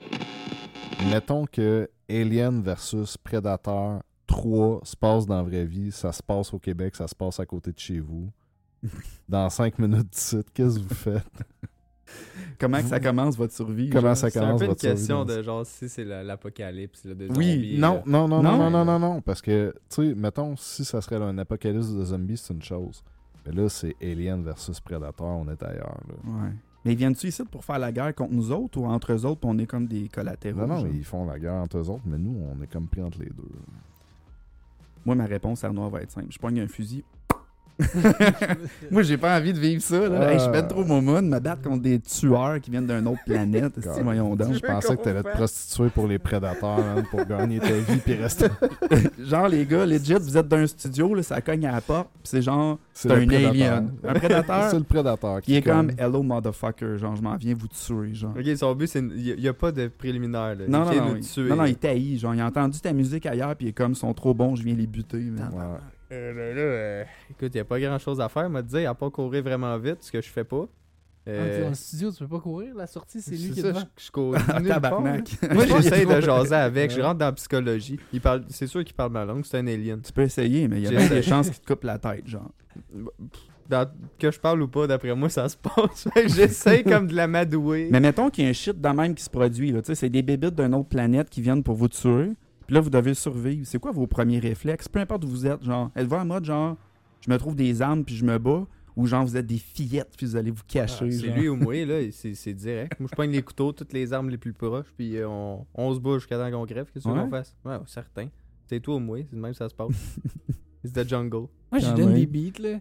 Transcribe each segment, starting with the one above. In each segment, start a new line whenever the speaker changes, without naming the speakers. Ah,
mettons que Alien versus Predator 3 se passe dans la vraie vie, ça se passe au Québec, ça se passe à côté de chez vous. Dans 5 minutes d'ici, qu'est-ce que vous faites?
Comment que ça commence votre survie?
Comment
genre?
ça
C'est un
commence
peu une
votre survie
question
dans
de genre si c'est la- l'apocalypse là, de
Oui,
zombies,
Non,
là.
non, non, non,
Non?
non, non, non, non, parce que, tu sais, mettons, si ça serait un apocalypse de zombies, c'est une chose. Mais là, c'est Alien versus Predator, on est ailleurs. là.
Ouais. Mais ils viennent-tu ici pour faire la guerre contre nous autres ou entre eux autres, puis on est comme des collatéraux?
Non, non,
genre?
hein.
ils font la guerre entre eux autres, mais nous, on est comme pris entre les deux. là.
Moi, ma réponse, Arnaud, elle va être simple. Je pogne un fusil. Moi, j'ai pas envie de vivre ça. Là.
Ah.
Hey, je vais être trop moumoune, me battre contre des tueurs qui viennent d'une autre planète. Esti,
God.
voyons donc.
Je pensais que t'allais te prostituer pour les prédateurs, hein, pour gagner ta vie, puis rester.
genre, les gars, legit, vous êtes d'un studio, là, ça cogne à la porte, puis c'est genre, c'est
le
un
prédateur.
alien. Un prédateur
C'est le prédateur
qui est comme
cogne.
Hello, motherfucker. Genre, je m'en viens vous tuer. Genre.
Ok, son but, c'est. Il n'y a, pas de préliminaire.
Non,
Là. il
non,
vient
non,
nous
il-
tuer.
non, non,
là.
il taillit. Genre, il a entendu ta musique ailleurs, puis il est comme, ils sont trop bons, je viens les buter. là.
Ouais.
Euh, là, là, euh, Écoute, il n'y a pas grand chose à faire, m'a dit, à part courir vraiment vite, ce que je fais pas.
Ah,
Euh,
En studio, tu peux pas courir. La sortie, c'est lui qui est
ça,
devant.
je, je cours nulle part, là.
Ah, Tabarnak.
Moi, j'essaie de jaser avec,
Ouais.
je rentre dans la psychologie. Il parle, c'est sûr qu'il parle ma langue, c'est un alien.
Tu peux essayer, mais il y a
J'ai
bien des
essayé.
chances qu'il te coupe la tête, genre.
Dans- que je parle ou pas, d'après moi, ça se passe. Fait que j'essaie comme de la madouer.
Mais mettons qu'il y a un shit de même qui se produit, là. Tu sais, c'est des bébites d'une autre planète qui viennent pour vous tuer. Puis là, vous devez survivre. C'est quoi vos premiers réflexes? Peu importe où vous êtes, genre, êtes-vous en mode, genre, je me trouve des armes puis je me bats? Ou genre, vous êtes des fillettes puis vous allez vous cacher,
Ah, C'est
genre?
lui ou moi, là, et c'est, c'est direct. Moi, je pogne les couteaux, toutes les armes les plus proches, puis euh, on, on se bat jusqu'à temps qu'on grève. Qu'est-ce que tu veux
Ouais.
qu'on fasse? Ouais, certain. C'est toi ou moi, c'est de même que ça se passe. It's the jungle.
Moi, je
Quand
donne
même.
des beats, là.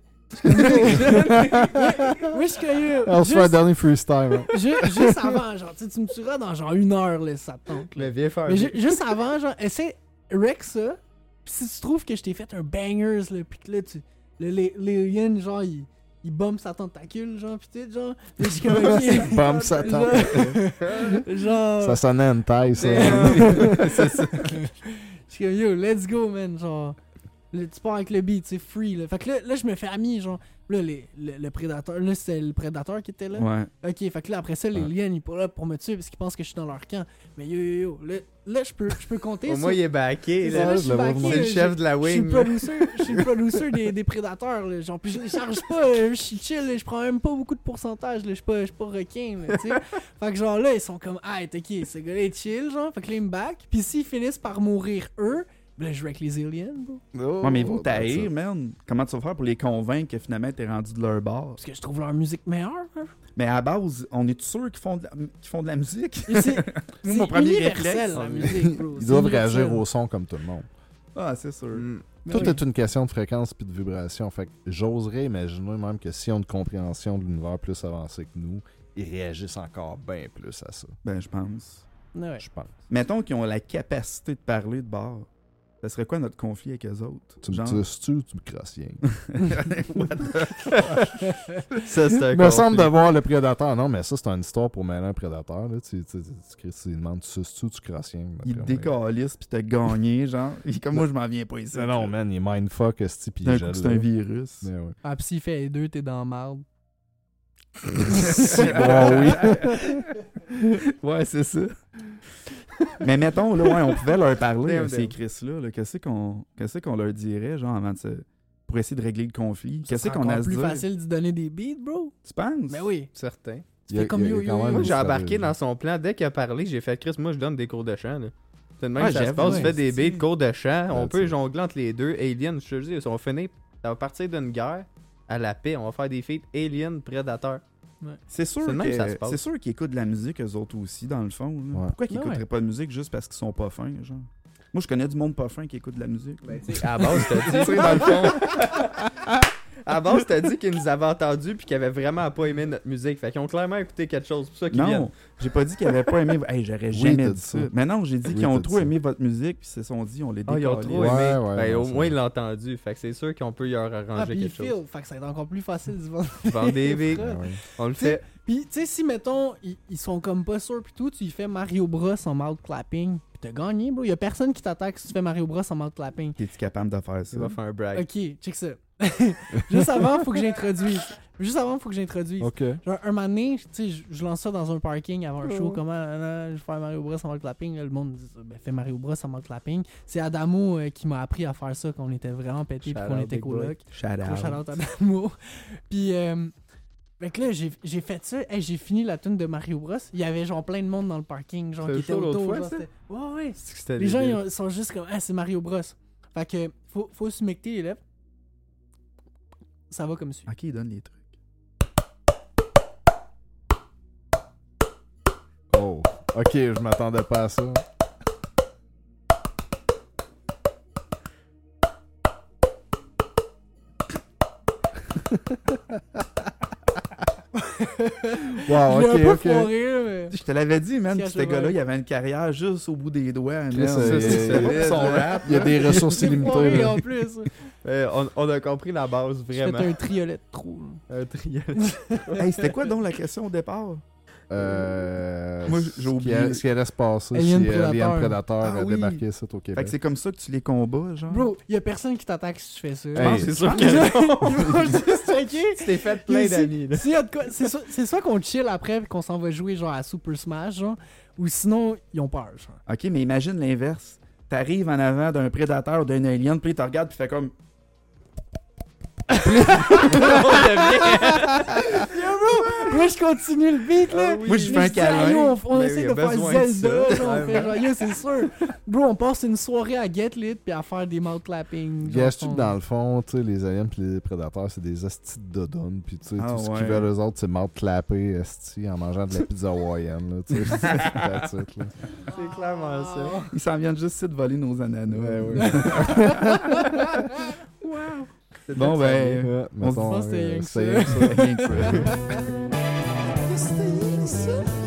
Moi, je suis curieux.
Ah, On se fait un
Juste-
dernier freestyle. hein.
ju- Juste avant, genre, tu sais, tu me tueras dans genre une heure, là, ça te tente, là.
Mais viens faire.
Mais ju- juste avant, genre, essaie, wreck ça. Pis si tu trouves que je t'ai fait un bangers, là, pis que là, tu. Le, les, les aliens, genre, ils, ils bombent sa tentacule, genre, pis tout, genre. Là, je suis comme, ok.
Ils bombent sa
Genre- Genre.
Ça sonnait une taille, ça.
euh,
c'est ça. Je suis comme, yo, let's go, man. Genre, le- tu pars avec le beat, c'est free. Là. Fait que là, là, je me fais ami, genre. Là, les, le, le prédateur, là, c'est le prédateur qui était là.
Ouais.
Ok, fait que là, après ça, les
Ouais.
liens, ils sont là pour me tuer parce qu'ils pensent que je suis dans leur camp. Mais yo, yo, yo, là, là je peux, je peux compter.
Au
sur-
moins, il est backé.
c'est
là.
ça, là, je
je
suis
le vois
backé,
venir.
C'est le
je-
chef de la
Je suis le
wing. là.
producer, je suis le producer des, des prédateurs. Là. Genre, puis je les charge pas, euh, je suis chill, là, je prends même pas beaucoup de pourcentage, là, je suis pas, je suis pas requin. Là, tu sais. fait que genre là, ils sont comme, ah, ok, ce gars-là est chill, genre, fait que là, ils me back. Puis s'ils finissent par mourir eux, ben là, je joue avec les aliens, bro.
Ouais, mais ils vont
Oh, that's
t'haïr,
it.
man. Comment tu vas faire pour les convaincre que finalement t'es rendu de leur bord?
Parce que je trouve leur musique meilleure. hein.
Mais à la base, on est sûr qu'ils font, de la- qu'ils font de la musique?
Et C'est
Moi,
c'est
mon premier
universel,
réflexe,
la
hein.
musique, bro.
Ils
C'est
doivent
universel.
réagir au son comme tout le monde.
Ah, c'est sûr.
Mm.
Mais
Tout
oui.
est une question de fréquence puis de vibration. Fait que j'oserais imaginer même que si on a une compréhension de l'univers plus avancée que nous, ils réagissent encore bien plus à ça.
Ben, je pense.
Ouais.
Je pense.
Mettons qu'ils ont la capacité de parler de bord. Ça serait quoi notre conflit avec eux autres?
Tu me
Genre-
tues-tu ou tu me crosses rien?
Ça, c'est un
Il me semble
conflit.
d'avoir le prédateur. Non, mais ça, c'est une histoire pour mêler un prédateur. Là. Tu, tu, tu, tu, tu demandes tu suces-tu ou tu crosses rien?
Il te
Après, mais-
décalisse pis t'as gagné, genre. Il est comme moi, je m'en viens pas ici.
Non, non, man, il est mindfuck, esti, puis il
D'un coup,
gèle,
c'est
là.
un virus.
Mais ouais.
Ah, pis s'il fait les deux, t'es dans la marde.
Ah ouais, c'est ça. Mais mettons, là, ouais, on pouvait leur parler,
Damn,
à ces
damn.
Chris-là. là. Qu'est-ce qu'on qu'est-ce qu'on leur dirait, genre, avant de se- pour essayer de régler le conflit? Qu'est-ce
C'est
qu'on a à
encore
se
plus
dire?
facile d'y donner des beats, bro.
Tu penses?
Mais oui.
Certain.
Il y a-
fais comme
il y a
yo, yo,
quand
yo.
même
Moi,
une
j'ai embarqué
stratégie.
dans son plan. Dès qu'il a parlé, j'ai fait Chris, moi, je donne des cours de chant. là. C'est de même
Ah,
que ça se
j'avoue,
passe.
ouais,
fait des
c'est-
bits, cours de chant.
Ouais,
on peut
tu-
jongler entre les deux. Alien, je te le dis, on finit. Ça va partir d'une guerre à la paix. On va faire des feats Alien, Predator.
C'est sûr,
C'est le même
que-
que ça se passe.
c'est sûr qu'ils écoutent de la musique, eux autres aussi, dans le fond. là.
Ouais.
Pourquoi qu'ils
Ah ouais.
écouteraient pas de musique juste parce qu'ils sont pas fins, genre? Moi, je connais du monde pas fin qui écoute de la musique. là.
à la base, je te dis, tu sais, dans le fond. À la base, t'as dit qu'ils nous avaient entendus puis qu'ils avaient vraiment pas aimé notre musique. Fait qu'ils ont clairement écouté quelque chose. C'est pour ça qu'ils viennent.
Non, j'ai pas dit qu'ils avaient pas aimé. Hey, j'aurais
Oui,
jamais
t'as
dit
dit
ça.
ça.
Mais non, j'ai dit
Oui,
qu'ils ont
t'as
trop
dit ça.
aimé votre musique, puis ils se sont dit, on les
Ah, ils ont trop
décalait.
Ouais,
aimé.
ouais,
Ben,
non,
au
c'est
moins,
vrai.
ils l'ont entendu. Fait que c'est sûr qu'on peut y leur
Ah, puis
arranger
il
quelque chose.
feel. Fait que ça va être encore plus facile d'y vendre
Vendre des vies.
Ouais, ouais.
On le fait.
Puis, tu sais, si, mettons, ils, ils sont comme pas sûrs, puis tout, tu y fais Mario Bros en mouth clapping, puis t'as gagné, bro. Y a personne qui t'attaque si tu fais Mario Bros en mouth clapping.
T'es-tu capable de faire
Tu
ça?
vas faire un brag.
Ok, check ça. Juste avant, faut que j'introduise. Juste avant, faut que j'introduise.
Ok.
Genre, un moment donné, tu sais, je- je lance ça dans un parking avant un show.
Ouais.
Comment euh, je vais faire Mario Bros en mode clapping? Là, Le monde dit, ben, fais Mario Bros en mode clapping. C'est Adamo euh, qui m'a appris à faire ça quand on était vraiment pété puis
Shout
qu'on
out,
était
big boy.
coloc.
Shout
Gros
out.
shout-out Adamo. puis, euh, fait que là, j'ai j'ai fait ça. Hey, j'ai fini la tune de Mario Bros. Il y avait genre plein de monde dans le parking, genre
C'était
qui
le
était
show l'autre
autour.
fois,
genre,
ça?
c'était- ouais, ouais.
C'est que c'était
Les gens
débile.
ils ont- sont juste comme Ah, c'est Mario Bros. Fait que faut, faut se mecter les lèvres. Ça va comme suit.
Ok, il donne les trucs.
Oh. Ok, je m'attendais pas à ça. wow,
J'ai
ok,
un peu
ok.
foiré, là, mais.
Je te l'avais dit, man,
Tiens,
que ce
je vois.
gars-là, il avait une carrière juste au bout des doigts. man.
Chris,
Ça,
euh,
c'est
il- il-
solide,
son
man.
rap, il y a des ressources
J'ai
illimitées.
foiré,
là.
en plus.
Eh, on, on a compris la base,
J'ai fait
vraiment.
un triolet de trou. là.
Un triel.
Hey, c'était quoi donc la question au départ?
Euh,
Moi, j'ai
ce qui
oublié.
a- Ce qui allait se passer
Alien
si Alien
Predator.
Predator
Ah
a
oui.
débarqué ici au Québec.
Fait que c'est comme ça que tu les combats, genre?
Bro, y a personne qui t'attaque si tu fais ça.
Hey,
Non, c'est sûr
Ah,
que non.
Ils vont juste checker.
Tu t'es fait plein
Aussi-
d'amis. là.
S'il y a de quoi- C'est soit, c'est soit qu'on chill après et qu'on s'en va jouer genre à Super Smash, genre, ou sinon ils ont peur. Genre.
Ok, mais imagine l'inverse. T'arrives en avant d'un prédateur ou d'un alien, puis tu regardes, puis fait comme.
Oh,
Yo, bro, moi je continue le beat là.
Ah oui.
Moi, je
Je
fais un
dis, Ah, yo,
câlin.
on, on
Ben
essaie
oui,
de
y a
faire
besoin de
Zelda,
ça.
genre, on fait genre, yo, c'est sûr. Bro, on passe une soirée à Get Lit puis à faire des mouth clapping. genre,
Gâche-tu
on-
que dans le fond, tu sais, les aliens puis les prédateurs, c'est des astis de dodonnes. Puis tu sais,
Ah
tout ce
ouais.
qu'ils veulent eux autres, c'est mort clapper esti en mangeant de la pizza hawaïenne. Là, tu sais, c'est that's it, là.
C'est clairement
Ah.
ça.
Ils s'en viennent juste ici de voler nos ananas.
Ouais, ouais.
C'était
Bon,
ça.
ben.
Ouais,
on se
mettons,
dit pas, c'était
euh,
rien que
c'est
ça.
rien que ça.
Rien que ça.
Qu'est-ce que c'est, ça?